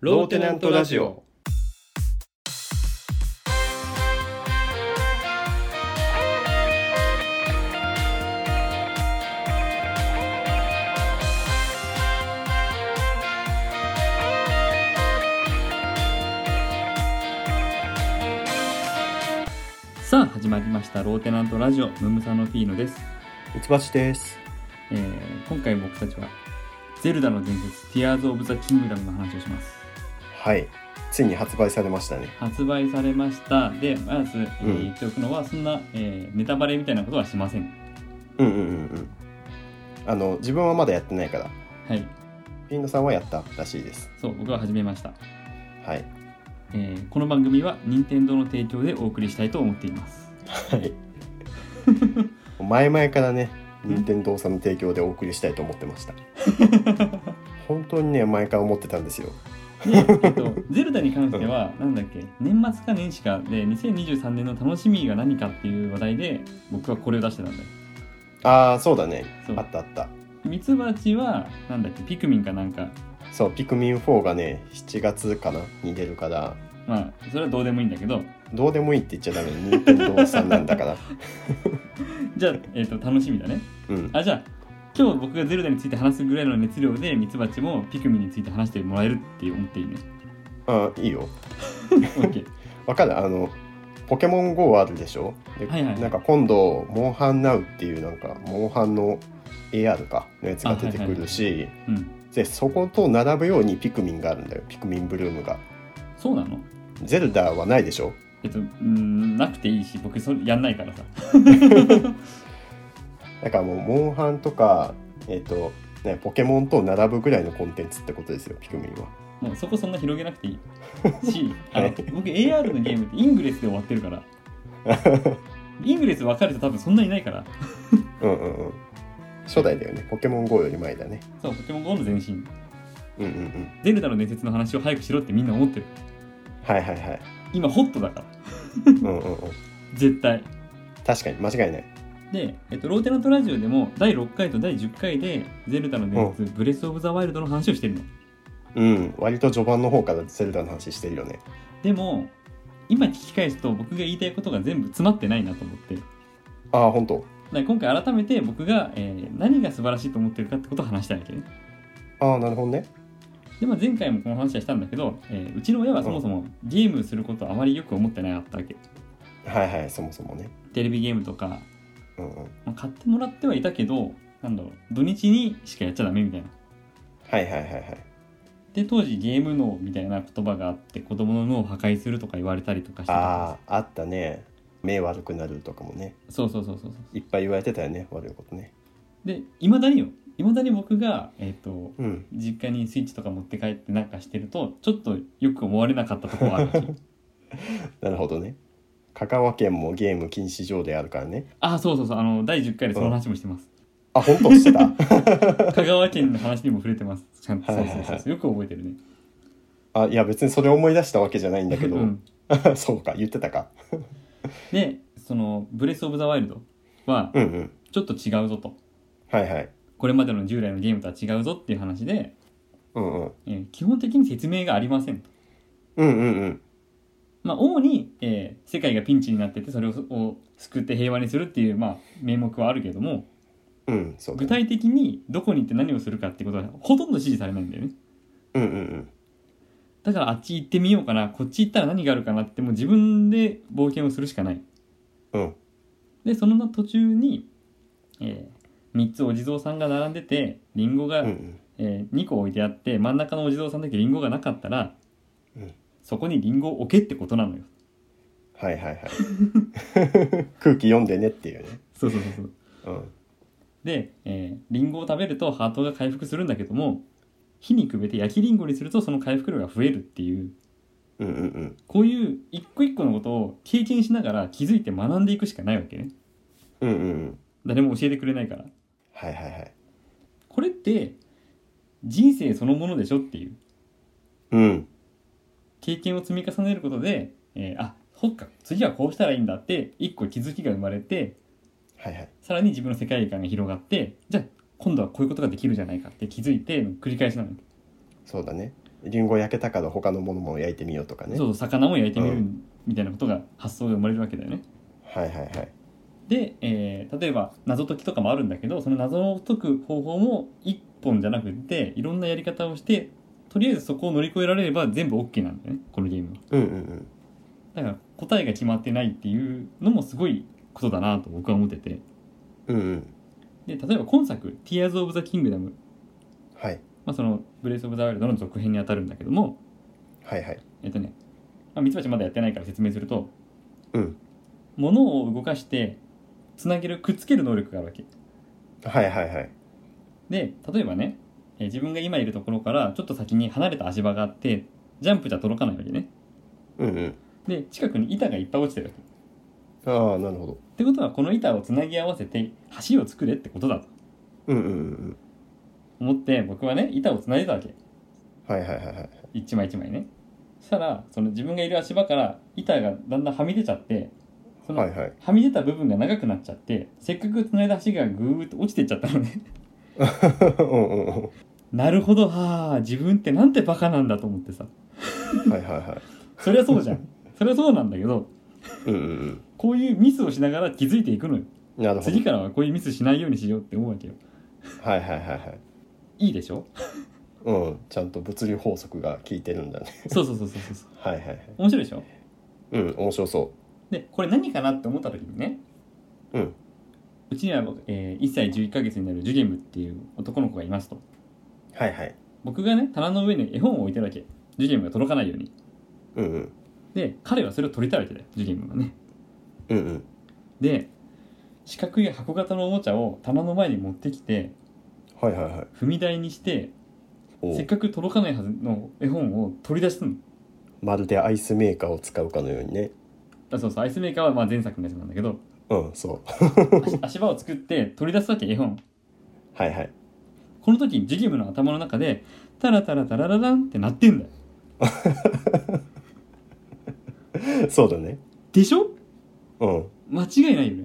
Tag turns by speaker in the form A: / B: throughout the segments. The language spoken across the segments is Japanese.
A: ローテナントラジオ。
B: さあ始まりましたローテナントラジオムムサノピーノです、
C: ミツバチです。
B: えー今回僕たちはゼルダの伝説ティアーズ・オブ・ザ・キングダムの話をします
C: はい。ついに発売されましたね。
B: 発売されましたでまず、えー
C: うん
B: 言っておくのはそんな、えーネタバレみたいなことはしません
C: うんうんうんうん。あの、自分はまだやってないから、
B: はい
C: ピンドさんはやったらしいです。
B: そう僕は始めました、
C: はい。
B: えーこの番組は任天堂の提供でお送りしたいと思っています
C: はい。 前々からね、任天堂さんの提供でお送りしたいと思ってま した。本当にね、前から思ってたんですよ。
B: で、え っと、ゼルダに関しては、なんだっけ、年末か年始かで、2023年の楽しみが何かっていう話題で、僕はこれを出してたんだよ。
C: ああ、そうだね。
B: そう
C: あったあった。
B: ミツバチは、なんだっけ、ピクミンかなんか、
C: そう、ピクミン4がね、7月かなに出るから、
B: まあ、それはどうでもいいんだけど、
C: どうでもいいって言っちゃダメ。任天堂さんなんだ から。
B: じゃあ、えっと、楽しみだね。
C: うん。
B: あ、じゃあ、今日僕がゼルダについて話すぐらいの熱量で、ミツバチもピクミンについて話してもらえるって思っていいね。
C: あーいいよ。
B: オッケー。
C: わかるあのポケモン GO あるでしょで
B: はいはい
C: なんか今度モンハンナウっていうなんかモンハンの AR かのやつが出てくるし、
B: うん。
C: でそこと並ぶようにピクミンがあるんだよピクミンブルームが
B: そうなの
C: ゼルダはないでしょ
B: えっと、うん、なくていいし、僕それやんないからさ。
C: だからもうモンハンとかえっ、とねポケモンと並ぶぐらいのコンテンツってことですよピクミンは
B: もうそこそんな広げなくていいしあの僕 AR のゲームってイングレスで終わってるからイングレス分かる人多分そんないないから
C: うんうんうん初代だよねポケモン GO より前だね
B: そうポケモン GO の前身
C: うんうんうん
B: ゼルダの伝説の話を早くしろってみんな思ってる
C: はいはいはい
B: 今ホットだから
C: うんうんうん
B: 絶対
C: 確かに間違いない
B: で、えっと、ローテナントラジオでも第6回と第10回でゼルダの伝説、ブレス・オブ・ザ・ワイルドの話をしてるの
C: うん割と序盤の方からゼルダの話してるよね
B: でも今聞き返すと僕が言いたいことが全部詰まってないなと思ってだか
C: ああ本当
B: ら今回改めて僕が、えー何が素晴らしいと思ってるかってことを話したいわけね
C: ああなるほどね
B: でまあ前回もこの話はしたんだけど、えーうちの親はそもそもゲームすることをあまりよく思ってなかったわけ
C: はいはいそもそもね
B: テレビゲームとか、
C: うんうん
B: まあ、買ってもらってはいたけどなんだろう土日にしかやっちゃダメみたいな
C: はいはいはいはい
B: で当時ゲーム脳みたいな言葉があって子供の脳を破壊するとか言われたりとかしてた
C: あああったね目悪くなるとかもね
B: そうそうそうそうそう
C: いっぱい言われてたよね悪いことね
B: でいまだによいまだに僕がえっ、と
C: うん
B: 実家にスイッチとか持って帰ってなんかしてるとちょっとよく思われなかったところあるわけ
C: なるほどね香川県もゲーム禁止条例あるからね
B: ああそうそうそうあの第10回でその話もしてます
C: あ本当して た
B: 香川県の話にも触れてます。ちゃんと。
C: は
B: そ
C: いうはい
B: そ
C: は
B: う
C: い
B: そう。よく覚えてるね。
C: あいや別にそれ思い出したわけじゃないんだけど、
B: うん、
C: そうか言ってたか
B: で、その、ブレス・オブ・ザ・ワイルドは、
C: うんうん
B: ちょっと違うぞと。
C: はいはい
B: これまでの従来のゲームとは違うぞっていう話で、
C: うんうん
B: えー基本的に説明がありませんと。
C: うんうんうん
B: まあ、主に、えー世界がピンチになってて、それをを救って平和にするっていう、まあ、名目はあるけども、
C: うんそうだ
B: 具
C: ね
B: 体的にどこに行って何をするかってことは、ほとんど指示されないんだよね。
C: うんうんうん
B: だから、あっち行ってみようかな、こっち行ったら何があるかなって、もう自分で冒険をするしかない。
C: うん
B: でその途中に、え3つお地蔵さんが並んでてリンゴが、
C: うんうん
B: え2個置いてあって真ん中のお地蔵さんだけリンゴがなかったら、
C: うん
B: そこにリンゴを置けってことなのよ
C: はいはいはい 空気読んでねっていうね
B: そうそうそうそう
C: うん
B: で、えーリンゴを食べるとハートが回復するんだけども火にくべて焼きリンゴにするとその回復量が増えるっていう
C: うんうんうん
B: こういう一個一個のことを経験しながら気づいて学んでいくしかないわけね
C: うんうんうん
B: 誰も教えてくれないから
C: はいはいはい
B: これって人生そのものでしょっていう
C: うん
B: 経験を積み重ねることで、えーあそっか次はこうしたらいいんだって一個気づきが生まれて
C: はいはい
B: さらに自分の世界観が広がってじゃあ今度はこういうことができるじゃないかって気づいての繰り返しなの
C: そうだねリンゴ焼けたから他のものも焼いてみようとかね
B: そうそう魚も焼いてみ
C: う
B: るみたいなことが発想が生まれるわけだよね。
C: はいはいはい
B: で、えー例えば謎解きとかもあるんだけどその謎を解く方法も1本じゃなくっていろんなやり方をしてとりあえずそこを乗り越えられれば全部 OK なんだよねこのゲームは。
C: うんうん
B: だから答えが決まってないっていうのもすごいことだなと僕は思ってて
C: うんうんうん
B: で例えば今作「Tears of the Kingdom」
C: はい
B: まあ、その「ブレイス・オブ・ザ・ワイルド」の続編にあたるんだけども
C: はいはい
B: えっとね、まあ、ミツバチまだやってないから説明すると、
C: うん
B: 物を動かしてつなげるくっつける能力があるわけ
C: はいはいはい
B: で例えばね、えー自分が今いるところからちょっと先に離れた足場があってジャンプじゃ届かないわけね
C: うんうん
B: で近くに板がいっぱい落ちてるわけっ
C: ああなるほど
B: てことはこの板をつなぎ合わせて橋を作れってことだと
C: うんうんうんうん
B: 思って僕はね板をつないでたわけ
C: はいはいはいはい
B: 一枚一枚ねそしたらその自分がいる足場から板がだんだんはみ出ちゃってそ
C: は
B: の
C: いはい
B: はみ出た部分が長くなっちゃってせっかく繋いだ足がぐーっと落ちてっちゃったのね
C: うんうんうん
B: なるほどはあ自分ってなんてバカなんだと思ってさ
C: はいはいは
B: そりゃそうじ ゃんそりゃそうなんだけど
C: いうんうん
B: こういうミスをしながら気づいていくのよ
C: うんなるほど
B: 次からはこういうミスしないようにしようって思うわけよ
C: はいはいはいはい
B: いいでしょ
C: うんちゃんと物理法則が効いてるんだね
B: そうそうそうそ うそうそう
C: はいはいはい
B: 面白いでしょ
C: うん面白そ
B: でこれ何かなって思った時にね
C: ううん
B: うちには、えー1歳11ヶ月になるジュゲムっていう男の子がいますと
C: はいはい
B: 僕がね棚の上に絵本を置いてるわけジュゲムが届かないように
C: うんうん
B: で彼はそれを取りたいわけだよジュゲムがね
C: うんうん
B: で四角い箱型のおもちゃを棚の前に持ってきて
C: はいはいはい
B: 踏み台にして
C: おう
B: せっかく届かないはずの絵本を取り出すの
C: まるでアイスメーカーを使うかのようにね
B: あそうそうアイスメーカーはまあ前作のやつなんだ けど
C: うんそう
B: 足足場を作って取り出すわけ絵本
C: はいはい
B: この時ジュギムの頭の中でタラタラタララランって鳴ってんだよ
C: そうだね
B: でしょ
C: うん
B: 間違いないよね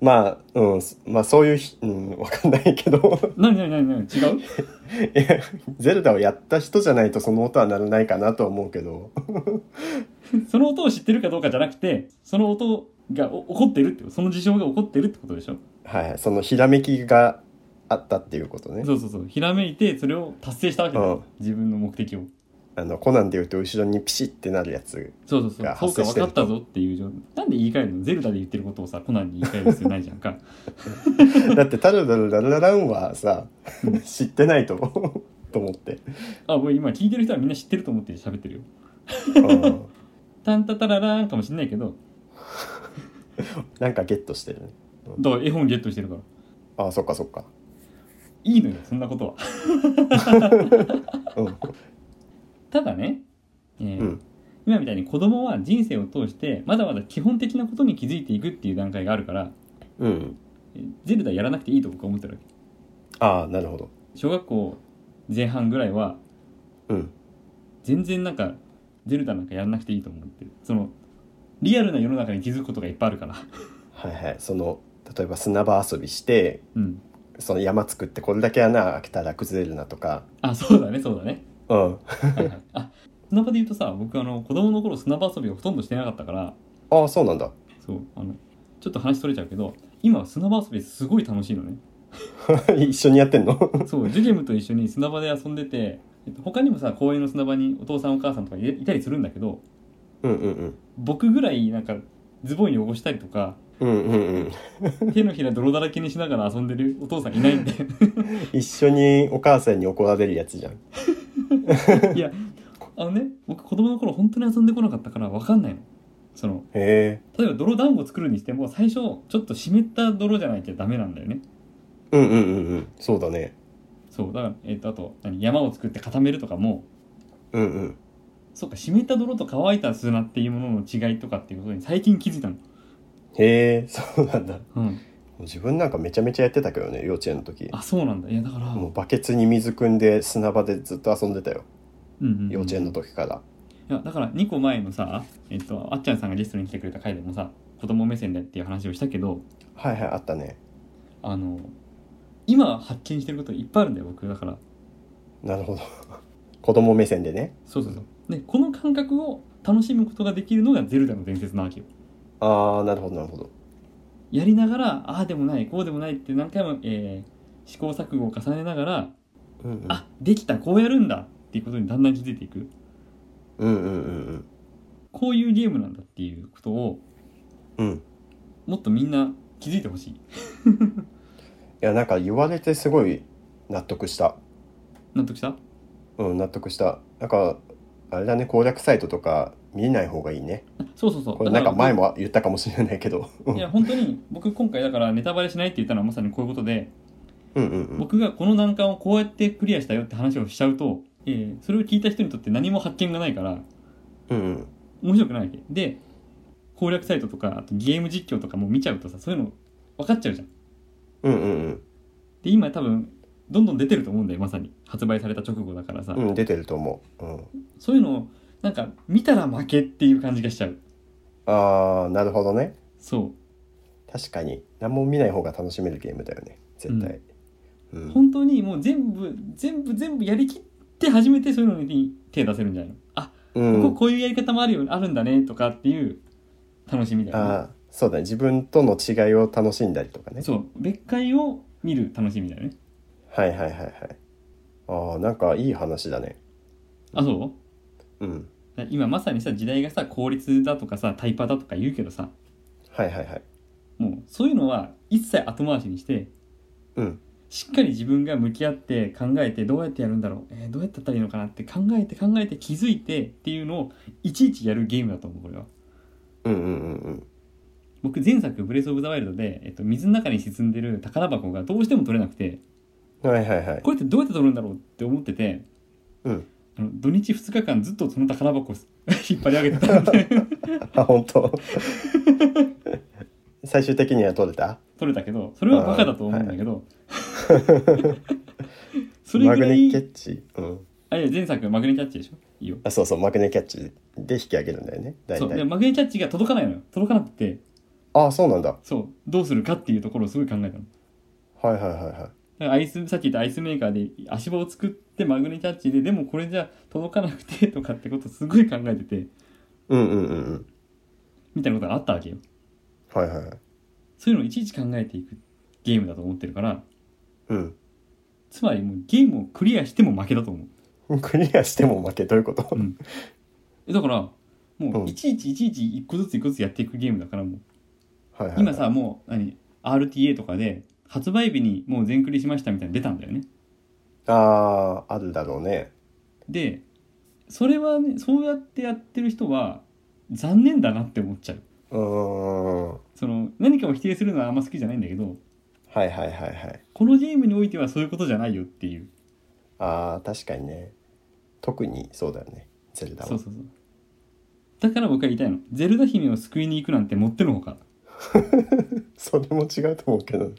C: まあうんすまあそういうひうんわかんないけど
B: 何何何何違
C: い
B: う
C: やゼルダをやった人じゃないとその音は鳴らないかなとは思うけど
B: その音を知ってるかどうかじゃなくてその音がお起こってるってその事象が起こってるってことでしょ
C: はいはいそのひらめきがあったっていうことね
B: そうそうそうひらめいてそれを達成したわけだよ自分の目的を
C: あのコナンでいうと後ろにピシッてなるやつ
B: そうそうそう
C: が
B: そう
C: 発
B: か
C: 生
B: 分
C: して
B: か
C: る
B: ったぞっていう状なんで言い換えるのゼルダで言ってることをさコナンに言い換える必要ないじゃ んか
C: だって「タルダルラララン」はさ 知ってないとと思って、
B: あもう今聞いてる人はみんな知ってると思って喋ってるよ
C: うん、
B: タンタタララーンかもしんないけど
C: なんかゲットしてるね
B: だから絵本ゲットしてるから
C: ああそっかそっか
B: いいのよそんなことは
C: うん
B: ただね、え
C: う
B: ー
C: ん
B: 今みたいに子供は人生を通してまだまだ基本的なことに気づいていくっていう段階があるから
C: うん
B: えーゼルダやらなくていいと僕は思ってるわけ
C: ああなるほど
B: 小学校前半ぐらいは
C: うん
B: 全然なんかゼルダなんかやらなくていいと思ってるそのリアルな世の中に気づくことがいっぱいあるから
C: はいはいその例えば砂場遊びして
B: うん
C: その山作ってこれだけ穴開けたら崩れるなとか
B: あそうだねそうだね
C: うん
B: はいはいあ砂場で言うとさ僕あの子供の頃砂場遊びをほとんどしてなかったから
C: ああそうなんだ
B: そうあのちょっと話取れちゃうけど今は砂場遊びすごい楽しいのね
C: 一緒にやってんの
B: そうジュゲムと一緒に砂場で遊んでてえっと他にもさ公園の砂場にお父さんお母さんとかいいたりするんだけど
C: うんうんうん
B: 僕ぐらいなんかズボン汚したりとか
C: うんうんうん
B: 手のひら泥だらけにしながら遊んでるお父さんいないんで
C: 一緒にお母さんに怒られるやつじゃん
B: いや あのね僕子供の頃本当に遊んでこなかったから分かんないのその
C: へえ
B: 例えば泥団子作るにしても最初ちょっと湿った泥じゃないとダメなんだよね
C: うんうんうんうんそうだね
B: そうだから、えっとあと何山を作って固めるとかも
C: うんうん
B: そうか湿った泥と乾いた砂っていうものの違いとかっていうことに最近気づいた
C: へ
B: の、
C: えそうなんだ
B: うん、
C: 自分なんかめちゃめちゃやってたけどね幼稚園の時
B: あそうなんだいやだから、
C: もうバケツに水汲んで砂場でずっと遊んでたよ
B: うんうんうん
C: 幼稚園の時から
B: いやだから2個前のさ、えっとあっちゃんさんがゲストに来てくれた回でもさ子供目線でっていう話をしたけど
C: はいはいあったね
B: あの今発見してることいっぱいあるんだよ僕だから
C: なるほど 子供目線でね
B: そうそうそうでこの感覚を楽しむことができるのが「ゼルダの伝説」なわけよ
C: ああなるほどなるほど
B: やりながらああでもないこうでもないって何回も、えー試行錯誤を重ねながら
C: うんうん
B: あできたこうやるんだっていうことにだんだん気づいていく
C: うんうんうん
B: こういうゲームなんだっていうことを
C: うんうん
B: もっとみんな気づいてほしい
C: いやなんか言われてすごい納得した
B: 納得した
C: うん納得したなんかあれだね攻略サイトとか見えない方がいいね
B: そうそうそう
C: これなんか
B: だら
C: 前も言ったかもしれないけどうん
B: いや本当に僕今回だからネタバレしないって言ったのはまさにこういうことで、
C: うんうん
B: 僕がこの難関をこうやってクリアしたよって話をしちゃうと、えーそれを聞いた人にとって何も発見がないから
C: うんうん
B: 面白くないわけで攻略サイトとかあとゲーム実況とかも見ちゃうとさそういうの分かっちゃうじゃん
C: うんうん
B: で今多分どんどん出てると思うんだよまさに発売された直後だからさ、
C: うんうん出てると思う、うん、
B: そういうのをなんか見たら負けっていう感じがしちゃう
C: ああなるほどね
B: そ
C: 確かに何も見ない方が楽しめるゲームだよね絶対、う
B: うん本当にもう全部全部全部やりきって初めてそういうのに手出せるんじゃないのあ
C: う
B: ここ
C: ん、
B: こういうやり方もあるよあるんだねとかっていう楽しみだよね
C: ああそうだね自分との違いを楽しんだりとかね
B: そう別界を見る楽しみだよね
C: はいはいはいはいああなんかいい話だね
B: あそう
C: うん
B: だ今まさにさ時代がさ効率だとかさタイパだとか言うけどさ
C: はいはいはい
B: もうそういうのは一切後回しにして
C: うん
B: しっかり自分が向き合って考えてどうやってやるんだろう、えーどうやってやったらいいのかなって考えて考えて気づいてっていうのをいちいちやるゲームだと思うこれは
C: うんうんうんうん
B: 僕前作「ブレス・オブ・ザ・ワイルドで」えっと、水の中に沈んでる宝箱がどうしても取れなくて
C: はいはいはい
B: これってどうやって取るんだろうって思ってて、
C: うん
B: あの土日2日間ずっとその宝箱を 引っ張り上げてたん で
C: あ本当最終的には取れた
B: 取れたけどそれはバカだと思うんだけどそれ
C: マ
B: ぐ
C: グ
B: ら
C: ネキャ
B: い
C: ッチ、うん、
B: あいや前作マグネキャッチでしょいいよ
C: あそうそうマグネキャッチで引き上げるんだよね大
B: そうで
C: 体
B: マグネキャッチが届かないのよ届かなくて
C: ああそうなんだは
B: そうどうするかっていうところをすごい考えたのだか
C: いはいはいはい
B: らアイスさっき言ったアイスメーカーで足場を作ってマグネキャッチででもこれじゃ届かなくて とかってことすごい考えてて
C: うんうんうんうん
B: みたいなことがあったわけよ
C: はいはいはい
B: そういうのをいちいち考えていくゲームだと思ってるから
C: うん
B: つまりもうゲームをクリアしても負けだと思う
C: クリアしても負けどういうこと
B: えだからも
C: うん
B: ういちいちいちいち一個ずつ一個ずつやっていくゲームだからもう
C: はいはい
B: 今さもう何 RTA とかで発売日にもう全クリしましたみたいなの出たんだよね
C: あああるだろうね
B: でそれはねそうやってやってる人は残念だなって思っちゃう
C: うーんはい
B: その何かを否定するのはあんま好きじゃないんだけど
C: はいはいはい
B: このゲームにおいてはそういうことじゃないよっていう
C: あー確かにね特にそうだよねゼルダは
B: そうそうそうだから僕は言いたいのゼルダ姫を救いに行くなんてもってのほか
C: それも違うと思うけどい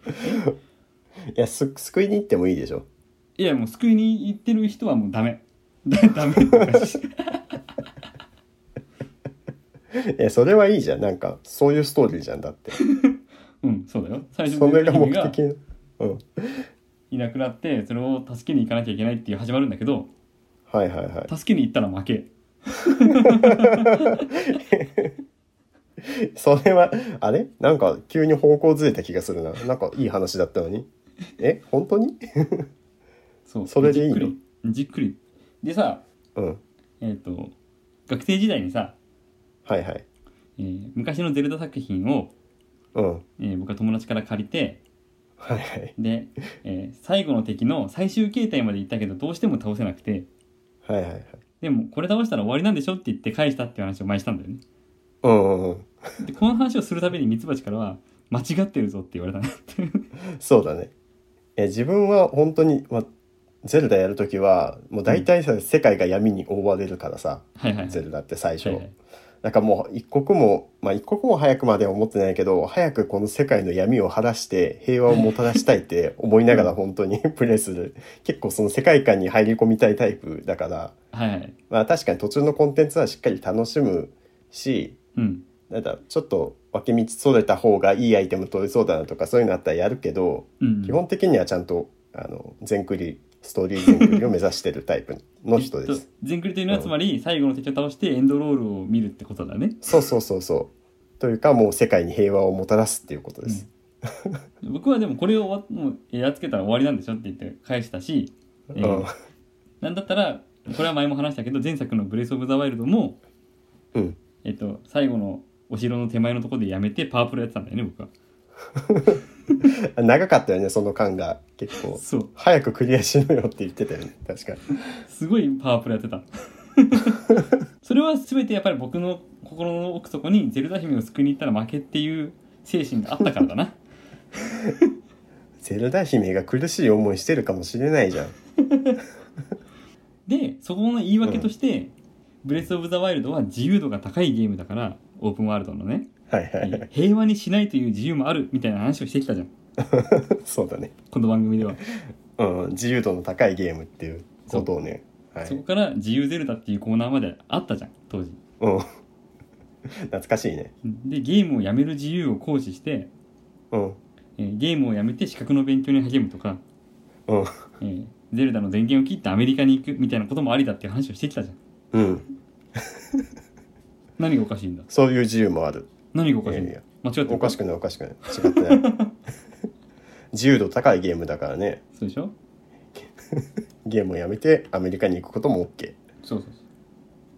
C: やす救いに行ってもいいでしょ
B: いやもう救いに行ってる人はもうダメ だダメっておか しい
C: いやそれはいいじゃんなんかそういうストーリーじゃんだって
B: うんそうだよ最初
C: そ
B: にゼ
C: れ
B: ルダ
C: が目
B: 姫が
C: 的のうん
B: いなくなってそれを助けに行かなきゃいけないっていう始まるんだけど
C: はいはい は
B: 助けに行ったら負け
C: いそれはあれなんか急に方向ずれた気がするななんかいい話だったのにえ本当に
B: そう
C: それでいい
B: じっ
C: の
B: くりじっくりでさ
C: うん
B: えっ、と学生時代にさ、
C: はいはい
B: えー昔のゼルダ作品を、
C: うん
B: えー僕は友達から借りて
C: はいはい
B: で、えー最後の敵の最終形態まで行ったけどどうしても倒せなくて
C: はいはいはい
B: でもこれ倒したら終わりなんでしょって言って返したっていう話を前にしたんだよね
C: うんうんうん
B: でこの話をするたびにミツバチからは間違ってるぞって言われ たねっていう
C: そうだね。え自分は本当に、まあ、ゼルダやるときは、もう大体さ、世界が闇に覆われるからさ、
B: はいはいはい
C: ゼルダって最初。
B: はいはい
C: だからもう一刻も、まあ一刻も早くまでは思ってないけど、早くこの世界の闇を晴らして平和をもたらしたいって思いな がら本当にプレイする。結構その世界観に入り込みたいタイプだから、
B: はいはい
C: まあ確かに途中のコンテンツはしっかり楽しむし、
B: うん
C: なんだ、ちょっと脇道それた方がいいアイテム取れそうだなとかそういうのあったらやるけど、
B: うん
C: 基本的にはちゃんとあの全クリストーリー全クリを目指してるタイプの人です。
B: 全クリというのはつまり最後の敵を倒してエンドロールを見るってことだね。
C: そうそうそうそう。というかもう世界に平和をもたらすっていうことです。
B: 僕はでもこれをわもうえやっつけたら終わりなんでしょって言って返したし、えー
C: うん
B: なんだったらこれは前も話したけど前作の「ブレイス・オブ・ザ・ワイルドも」
C: うん
B: えっと、最後のお城の手前のところでやめてパワープロやってたんだよね僕は。
C: 長かったよねその間が結構。
B: そう
C: 早くクリアしろよって言ってたよね確かに。
B: すごいパワープロやっ てたそれは全てやっぱり僕の心の奥底にゼルダ姫を救いに行ったら負けっていう精神があったから だな
C: ゼルダ姫が苦しい思いしてるかもしれないじゃん。
B: でそこの言い訳として、ブレス・オブ・ザ・ワイルドは自由度が高いゲームだからオープンワールドのね
C: はいはいはい。
B: 平和にしないという自由もあるみたいな話をしてきたじゃん
C: そうだね。
B: この番組では、
C: うん、自由度の高いゲームっていうことをね。はい
B: そ。こから「自由ゼルダ」っていうコーナーまであったじゃん当時
C: うん。懐かしいね。
B: でゲームをやめる自由を行使して、
C: うん。
B: えーゲームをやめて資格の勉強に励むとか、
C: うん。
B: えーゼルダの電源を切ってアメリカに行くみたいなこともありだっていう話をしてきたじゃん
C: うん。
B: 何がおかしいんだ
C: そういう自由もある。
B: 何がおかしいん
C: いや
B: だ
C: い
B: 間違ってる
C: おかしくないおかしくない。違ってない。 自由度高いゲームだからね。
B: そうでしょ
C: ゲームをやめてアメリカに行くことも OK。
B: そうそうそう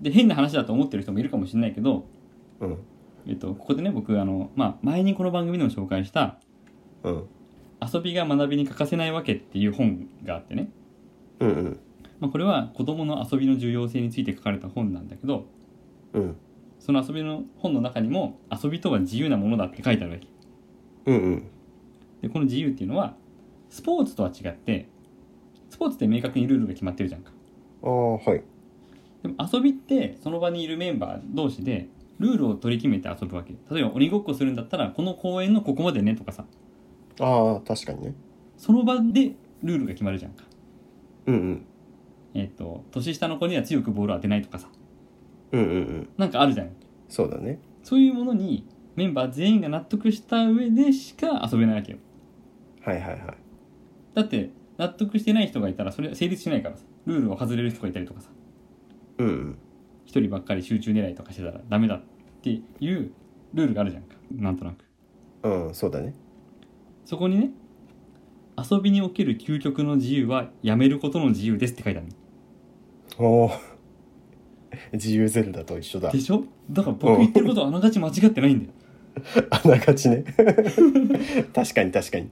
B: で変な話だと思ってる人もいるかもしれないけど、
C: うん。
B: えっと、ここでね僕あの、まあ、前にこの番組でも紹介した
C: うん。
B: 「遊びが学びに欠かせないわけ」っていう本があってね
C: うんうん。
B: まあ、これは子供の遊びの重要性について書かれた本なんだけど
C: うん。
B: その遊びの本の中にも遊びとは自由なものだって書いてあるわけ
C: うんうん。
B: でこの自由っていうのはスポーツとは違ってスポーツって明確にルールが決まってるじゃんか
C: ああ、はい。
B: でも遊びってその場にいるメンバー同士でルールを取り決めて遊ぶわけ例えば鬼ごっこするんだったらこの公園のここまでねとかさ
C: ああ、確かにね。
B: その場でルールが決まるじゃんか
C: うんうん。
B: えっ、と年下の子には強くボールを当てないとかさ
C: うんうんうん。
B: なんかあるじゃん
C: そうだね。
B: そういうものにメンバー全員が納得した上でしか遊べないわけよ。
C: はいはいはい。
B: だって納得してない人がいたらそれ成立しないからさルールを外れる人がいたりとかさ
C: うんうん。
B: 一人ばっかり集中狙いとかしてたらダメだっていうルールがあるじゃんかなんとなく
C: うん、そうだね。
B: そこにね遊びにおける究極の自由はやめることの自由ですって書いてあるの
C: おお。自由ゼルダと一緒だ
B: で。しょだから僕言ってることはあながち間違ってないんだよ
C: あながちね。 確かに確かに。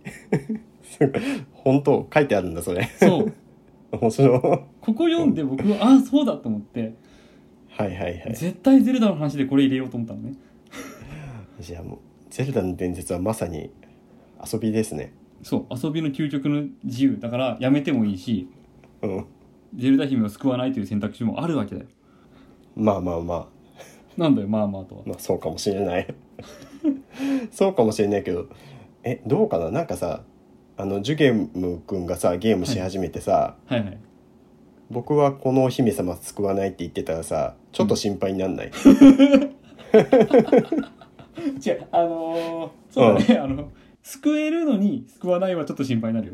C: すごい本当書いてあるんだそれ。
B: そう
C: 面白い。は
B: ここ読んで僕はああそうだと思って
C: いはいはい。
B: 絶対ゼルダの話でこれ入れようと思ったのね
C: じゃあもうゼルダの伝説はまさに遊びですね。
B: そう遊びの究極の自由だからやめてもいいし
C: うん。
B: ゼルダ姫を救わないという選択肢もあるわけだよ
C: まあまあま
B: なんだよまあまあとは
C: あまあそうかもしれない。そうかもしれないけど、えどうかななんかさ、あのジュゲム君がさゲームし始めてさ。
B: はいはい
C: 僕はこのお姫様救わないって言ってたらさちょっと心配になんない、
B: 違うあのーそうだね、あの救えるのに救わないはちょっと心配になるよ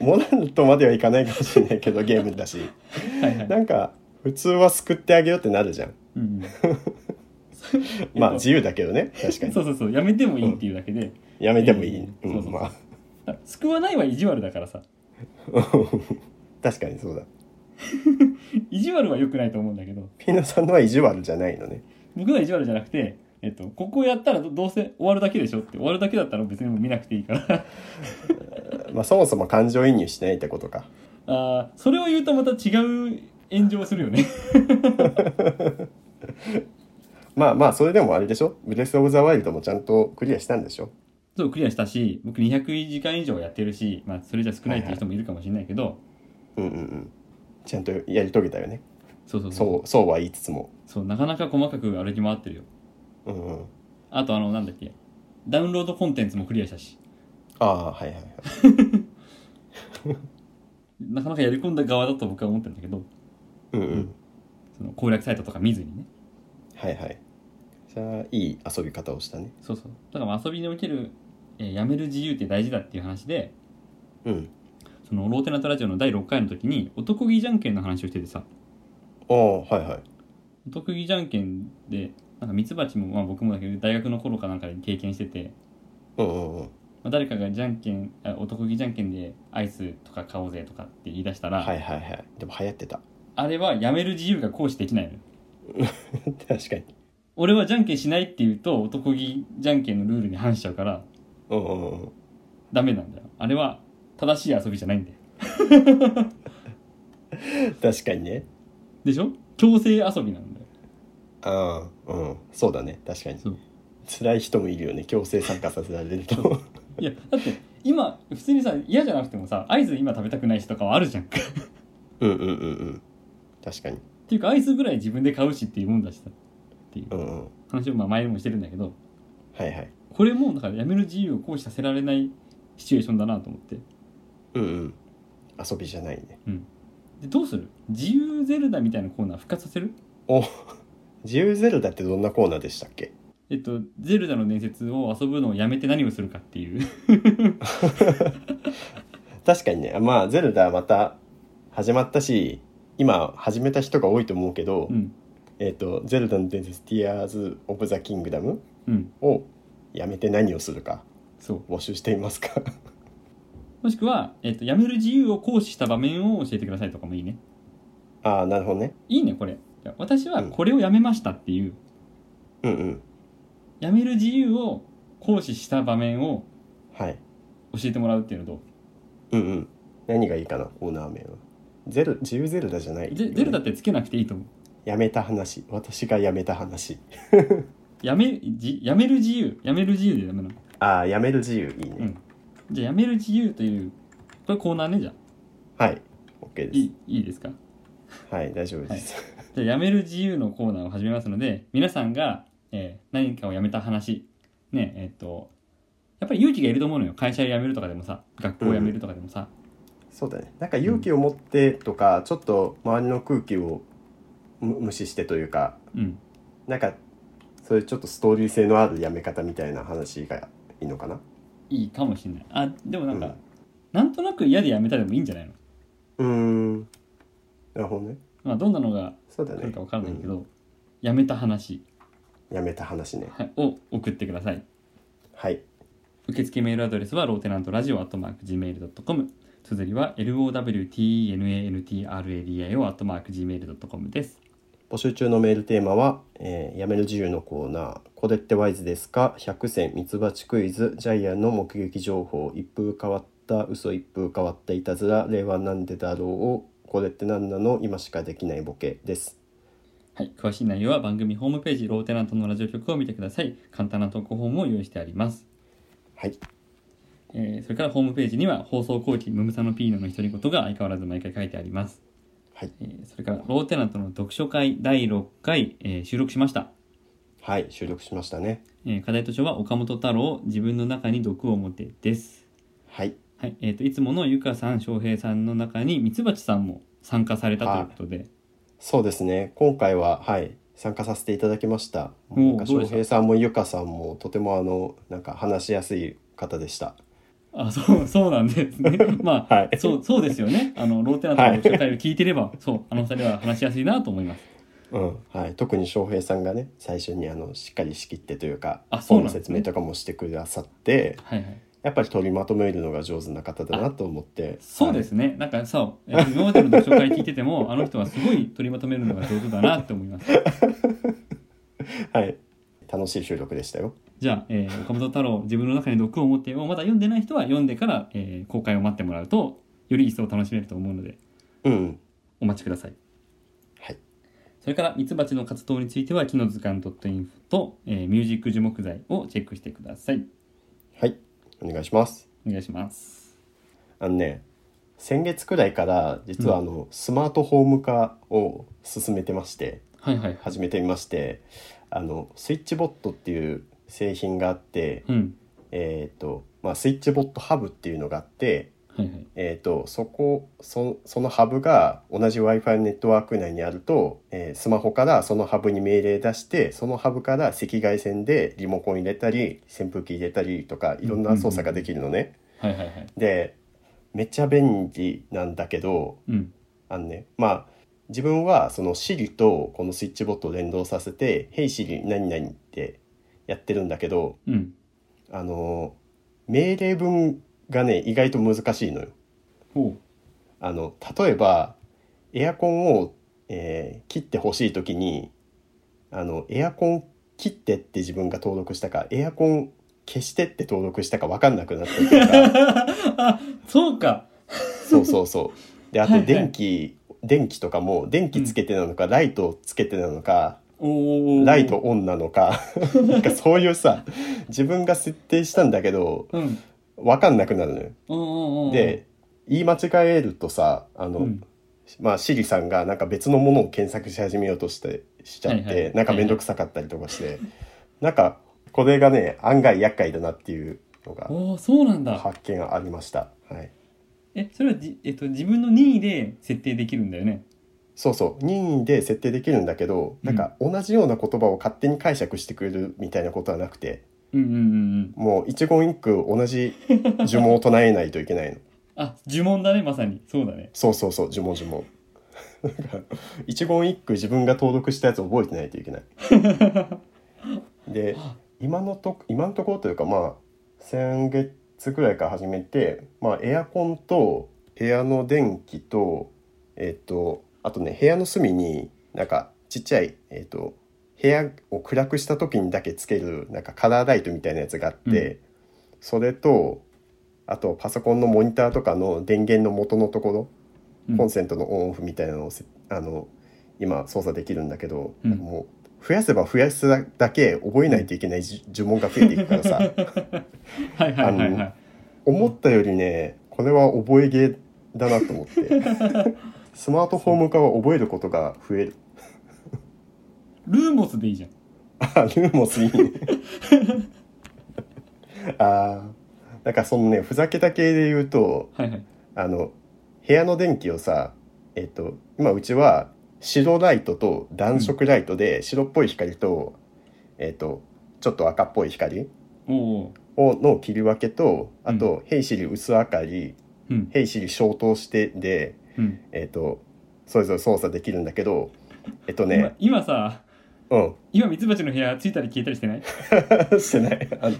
C: モナルとまではいかないかもしれないけどゲ ームだし
B: はいはい、
C: なんか普通は救ってあげようってなるじゃん
B: うん、
C: まあ
B: えっと
C: 自由だけどね確かに
B: そうそうそうやめてもいいっていうだけで、
C: やめてもいい、
B: え
C: う
B: ーそうそ
C: ん、
B: う
C: まあ
B: だから救わないは意地悪だからさ
C: 確かにそうだ
B: 意地悪は良くないと思うんだけど
C: ピーノさんのは意地悪じゃないのね
B: 僕のは意地悪じゃなくてえっと、ここやったらどどうせ終わるだけでしょって終わるだけだったら別にもう見なくていいから
C: まあそもそも感情移入しないってことか
B: あーそれを言うとまた違う炎上をするよね
C: まあまあそれでもあれでしょブレス・オブ・ザ・ワイルドもちゃんとクリアしたんでしょ
B: そうクリアしたし僕200時間以上やってるし、まあ、それじゃ少ないっていう人もいるかもしれないけど、
C: うんうんうんちゃんとやり遂げたよね
B: そうそうそうそ
C: そうそ
B: う
C: うは言いつつも
B: なかなか細かく歩き回ってるよ
C: うんうん
B: あとあのなんだっけダウンロードコンテンツもクリアしたし
C: ああはいはいはい
B: なかなかやり込んだ側だと僕は思ってるんだけど
C: うんうん
B: その攻略サイトとか見ずにね
C: はいはいじゃあいい遊び方をしたね
B: そうそうだからまあ遊びにおける、えーやめる自由って大事だっていう話で
C: うん
B: そのローテナントラジオの第6回の時に男気じゃんけんの話をしててさ
C: ああはいはい
B: 男気じゃんけんでなんかミツバチも、まあ、僕もだけど大学の頃かなんかで経験してて、
C: うんうんうん
B: まあ、誰かがじゃんけんあ男気じゃんけんでアイスとか買おうぜとかって言い出したら、
C: はいはいはいでも流行ってた
B: あれはやめる自由が行使できないのよ
C: 確かに
B: 俺はじゃんけんしないって言うと男気じゃんけんのルールに反しちゃうから
C: うんうんうん
B: ダメなんだよあれは正しい遊びじゃないんだよ
C: 確かにね
B: でしょ強制遊びなんだよ
C: ああうんそうだね確かに
B: そう
C: 辛い人もいるよね強制参加させられると
B: いやだって今普通にさ嫌じゃなくてもさアイス今食べたくない人とかはあるじゃんっ
C: うんうんうんうん確かに
B: ていうかアイスぐらい自分で買うしっていうもんだしさっていう
C: うんうん
B: 話をまあ前にもしてるんだけど
C: はいはい
B: これもだからやめる自由を行使させられないシチュエーションだなと思って
C: うんうん遊びじゃないね
B: でどうする自由ゼルダみたいなコーナー復活させる
C: お自由ゼルダってどんなコーナーでしたっけ
B: えっとゼルダの伝説を遊ぶのをやめて何をするかっていう
C: 確かにねまあゼルダまた始まったし今始めた人が多いと思うけど、
B: うん
C: えっ、と「ゼルダの伝説ティアーズ・オブ・ザ・キングダム
B: うん」
C: をやめて何をするか
B: そう
C: 募集していますか
B: もしくは、えっと、やめる自由を行使した場面を教えてくださいとかもいいね
C: ああなるほどね
B: いいねこれいや私はこれをやめましたっていう、
C: うんうん
B: やめる自由を行使した場面を
C: はい
B: 教えてもらうっていうのと
C: うんうん何がいいかなコーナー名はゼル自由ゼルダじゃないよね、
B: ゼゼルダってつけなくていいと思う
C: やめた話私がやめた話
B: やめじやめる自由やめる自由でダメなの
C: ああやめる自由いいね、
B: うんじゃあやめる自由というこれコーナーねじゃあ
C: はい OK です
B: いいいいですか
C: はい大丈夫です、
B: じゃあやめる自由のコーナーを始めますので皆さんが、えー何かをやめた話ねえっとやっぱり勇気がいると思うのよ会社辞めるとかでもさ学校辞めるとかでもさ、
C: そうだねなんか勇気を持ってとか、ちょっと周りの空気をむ無視してというか
B: うん、
C: なんかそういうちょっとストーリー性のあるやめ方みたいな話がいいのかない
B: いかもしれないあでもなんか、
C: うん
B: なんとなく嫌で辞めたでもいいんじゃないの、
C: うーんなるほどね
B: まあ、どんなのが
C: そうだ
B: 来る
C: ね
B: か分からないけど、やめた話
C: うんやめた話ね
B: はいを送ってください
C: はい
B: 受付メールアドレスはローテナントラジオアットマーク Gmail.com 綴りは LOWTENANTRADIO アットマーク Gmail.com です
C: 募集中のメールテーマは「えーやめる自由」のコーナー「これってワイズですか?」「100選ミツバチクイズ」「ジャイアンの目撃情報」「一風変わった嘘一風変わったいたずら」「令和なんでだろう」を「これって何なの今しかできないボケ」です
B: はい、詳しい内容は番組ホームページローテナントのラジオ局を見てください簡単な投稿フォームを用意してあります、
C: はい
B: えーそれからホームページには放送後期ムムサノピーノの独り言が相変わらず毎回書いてあります、
C: はい
B: えーそれからローテナントの読書会第6回、えー収録しました、
C: はい収録しましたね
B: えー課題図書は岡本太郎自分の中に毒を持てです
C: はい
B: はい、えー、といつものゆかさん翔平さんの中にミツバチさんも参加されたということで、
C: そうですね今回ははい参加させていただきました
B: おー
C: なんか
B: どう
C: 翔
B: でした
C: 平さんもゆかさんもとてもあのなんか話しやすい方でした
B: あそうそうなんです ねまあ、
C: はい
B: そうそうですよねあのローテナントの読書会を聞いてれば、そうあの二人は話しやすいなと思います
C: うんはい、特に翔平さんがね最初にあのしっかり仕切ってというか
B: あそう
C: 本
B: なん
C: の
B: です
C: 説
B: ね
C: 明とかもしてくださって
B: はいはい
C: やっぱり取りまとめるのが上手な方だなと思って
B: そうですね、なんかさえっと今までの読書会聞いててもあの人はすごい取りまとめるのが上手だなって思います
C: はい、はい楽しい収録でしたよ
B: じゃあ、えー岡本太郎自分の中に毒を持ってをまだ読んでない人は読んでから、えー公開を待ってもらうとより一層楽しめると思うので
C: うん
B: お待ちください
C: はい
B: それからミツバチの活動については木の図鑑 .info と、えーミュージック樹木材をチェックしてください
C: はいお願いします
B: お願いします
C: あのね先月くらいから実はあの、スマートホーム化を進めてまして
B: はいはいはい。
C: 始めてみましてあのスイッチボットっていう製品があって、
B: うん。
C: えっ、とまあスイッチボットハブっていうのがあって
B: はいはい。
C: えー、とそこそそのハブが同じ w i f i ネットワーク内にあると、えースマホからそのハブに命令出してそのハブから赤外線でリモコン入れたり扇風機入れたりとかいろんな操作ができるのね。
B: はいはいはい。
C: でめっちゃ便利なんだけど
B: うん
C: あのねまあ自分はその Siri とこのスイッチボットを連動させて「Hey Siri 何々」ってやってるんだけど
B: うん
C: あの命令文がね意外と難しいのよ。
B: ほ
C: あの例えばエアコンを、えー切ってほしい時にあのエアコン切ってって自分が登録したかエアコン消してって登録したか分かんなくなったりと
B: う
C: か
B: あそうか
C: そうそうそうであ
B: はい
C: と
B: はい
C: 電気、電気とかも電気つけてなのか、ライトつけてなのか
B: おお
C: ライトオンなの かなんかそういうさ自分が設定したんだけど
B: うんうん
C: 分かんなくなるのよ。
B: うんうん
C: で言い間違えるとさあの、
B: うん
C: まあ、シリさんがなんか別のものを検索し始めようとしてしちゃって、
B: はいはい
C: なんか面倒くさかったりとかして、なんかこれがね案外厄介だなっていうのが
B: おおそうなんだ
C: 発見がありました、はい、
B: えそれはじ、えっと、自分の任意で設定できるんだよね
C: そうそう任意で設定できるんだけどなんか同じような言葉を勝手に解釈してくれるみたいなことはなくて
B: うんうんうんうん
C: もう一言一句同じ呪文を唱えないといけないの
B: あ呪文だねまさにそうだね
C: そうそうそう呪文呪文なんか一言一句自分が登録したやつを覚えてないといけないで
B: あ
C: 今のと今のところというかまあ先月ぐらいから始めて、まあ、エアコンと部屋の電気とえっ、とあとね部屋の隅になんかちっちゃいえっ、と部屋を暗くした時にだけつけるなんかカラーライトみたいなやつがあって、それとあとパソコンのモニターとかの電源の元のところ
B: うん
C: コンセントのオンオフみたいなのをせあの今操作できるんだけど、
B: うん
C: なんかもう増やせば増やすだけ覚えないといけないじゅ呪文が増えていくから さ
B: はいはいはいは
C: あ
B: い
C: 思ったよりねこれは覚えゲーだなと思ってスマートフォーム化は覚えることが増える
B: ルーモスでいいじゃん
C: あルーモスいい ねあーなんかそのねふざけた系で言うと
B: はいはい
C: あの部屋の電気をさえっと今うちは白ライトと暖色ライトで白っぽい光と、えっとちょっと赤っぽい光
B: おお
C: をの切り分けとあと「ヘイシリ薄明かり」
B: うん
C: 「ヘイシリ消灯して」で、
B: うん
C: えっとそれぞれ操作できるんだけどえっとね
B: 今今さ
C: うん
B: 今ミツバチの部屋ついたり消えたりしてない
C: してないあの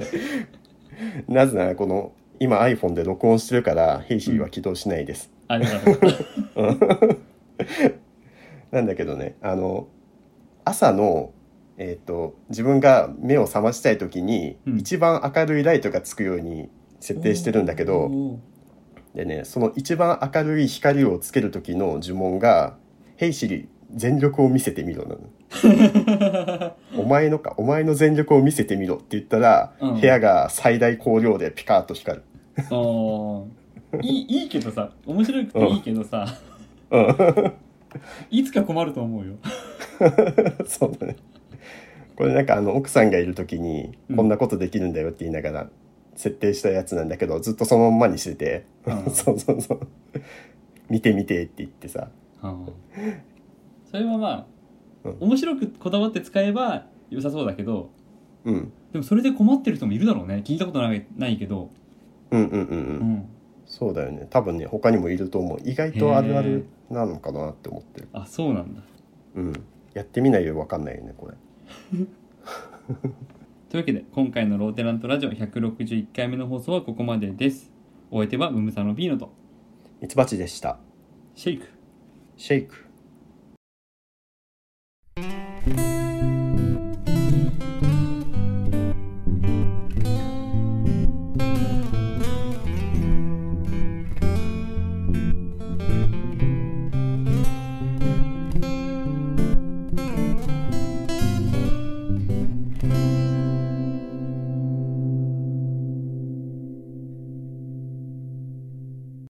C: なぜならこの今 iPhone で録音してるから「ヘイシリは起動しないです。
B: あよかったよかっ
C: なんだけどねあの朝の、えー、と自分が目を覚ましたい時に、
B: うん
C: 一番明るいライトがつくように設
B: た
C: 定してるんだけ
B: お
C: ど
B: お
C: でねその一番明るい光をつける時の呪文が「ヘイシリ全力を見せてみろ」なの。 お前のかお前の全力を見せてみろって言ったら、
B: うん
C: 部屋が最大光量でピカーッと光る。
B: おーいいいいけどさ面白くていいけどさ、
C: うん
B: いつか困ると思うよ
C: そうだね。これなんかあの奥さんがいる時に
B: うん
C: こんなことできるんだよって言いながら設定したやつなんだけどずっとそのまんまにしてて
B: あ ー
C: そうそうそう見て見てって言ってさ
B: それはま
C: う
B: あ、
C: ん
B: 面白くこだわって使えば良さそうだけど
C: うん
B: でもそれで困ってる人もいるだろうね聞いたことないないけど、
C: うんうんうんう
B: う
C: ん
B: ん、
C: そうだよね多分ね他にもいると思う意外とあるあるなのかなって思ってる
B: あそうなんだ
C: うんやってみないよ分かんないよねこれ
B: というわけで今回のローテラントラジオ161回目の放送はここまでですお相手はムムサノビーノと
C: ミツバチでした
B: シェイク
C: シェイク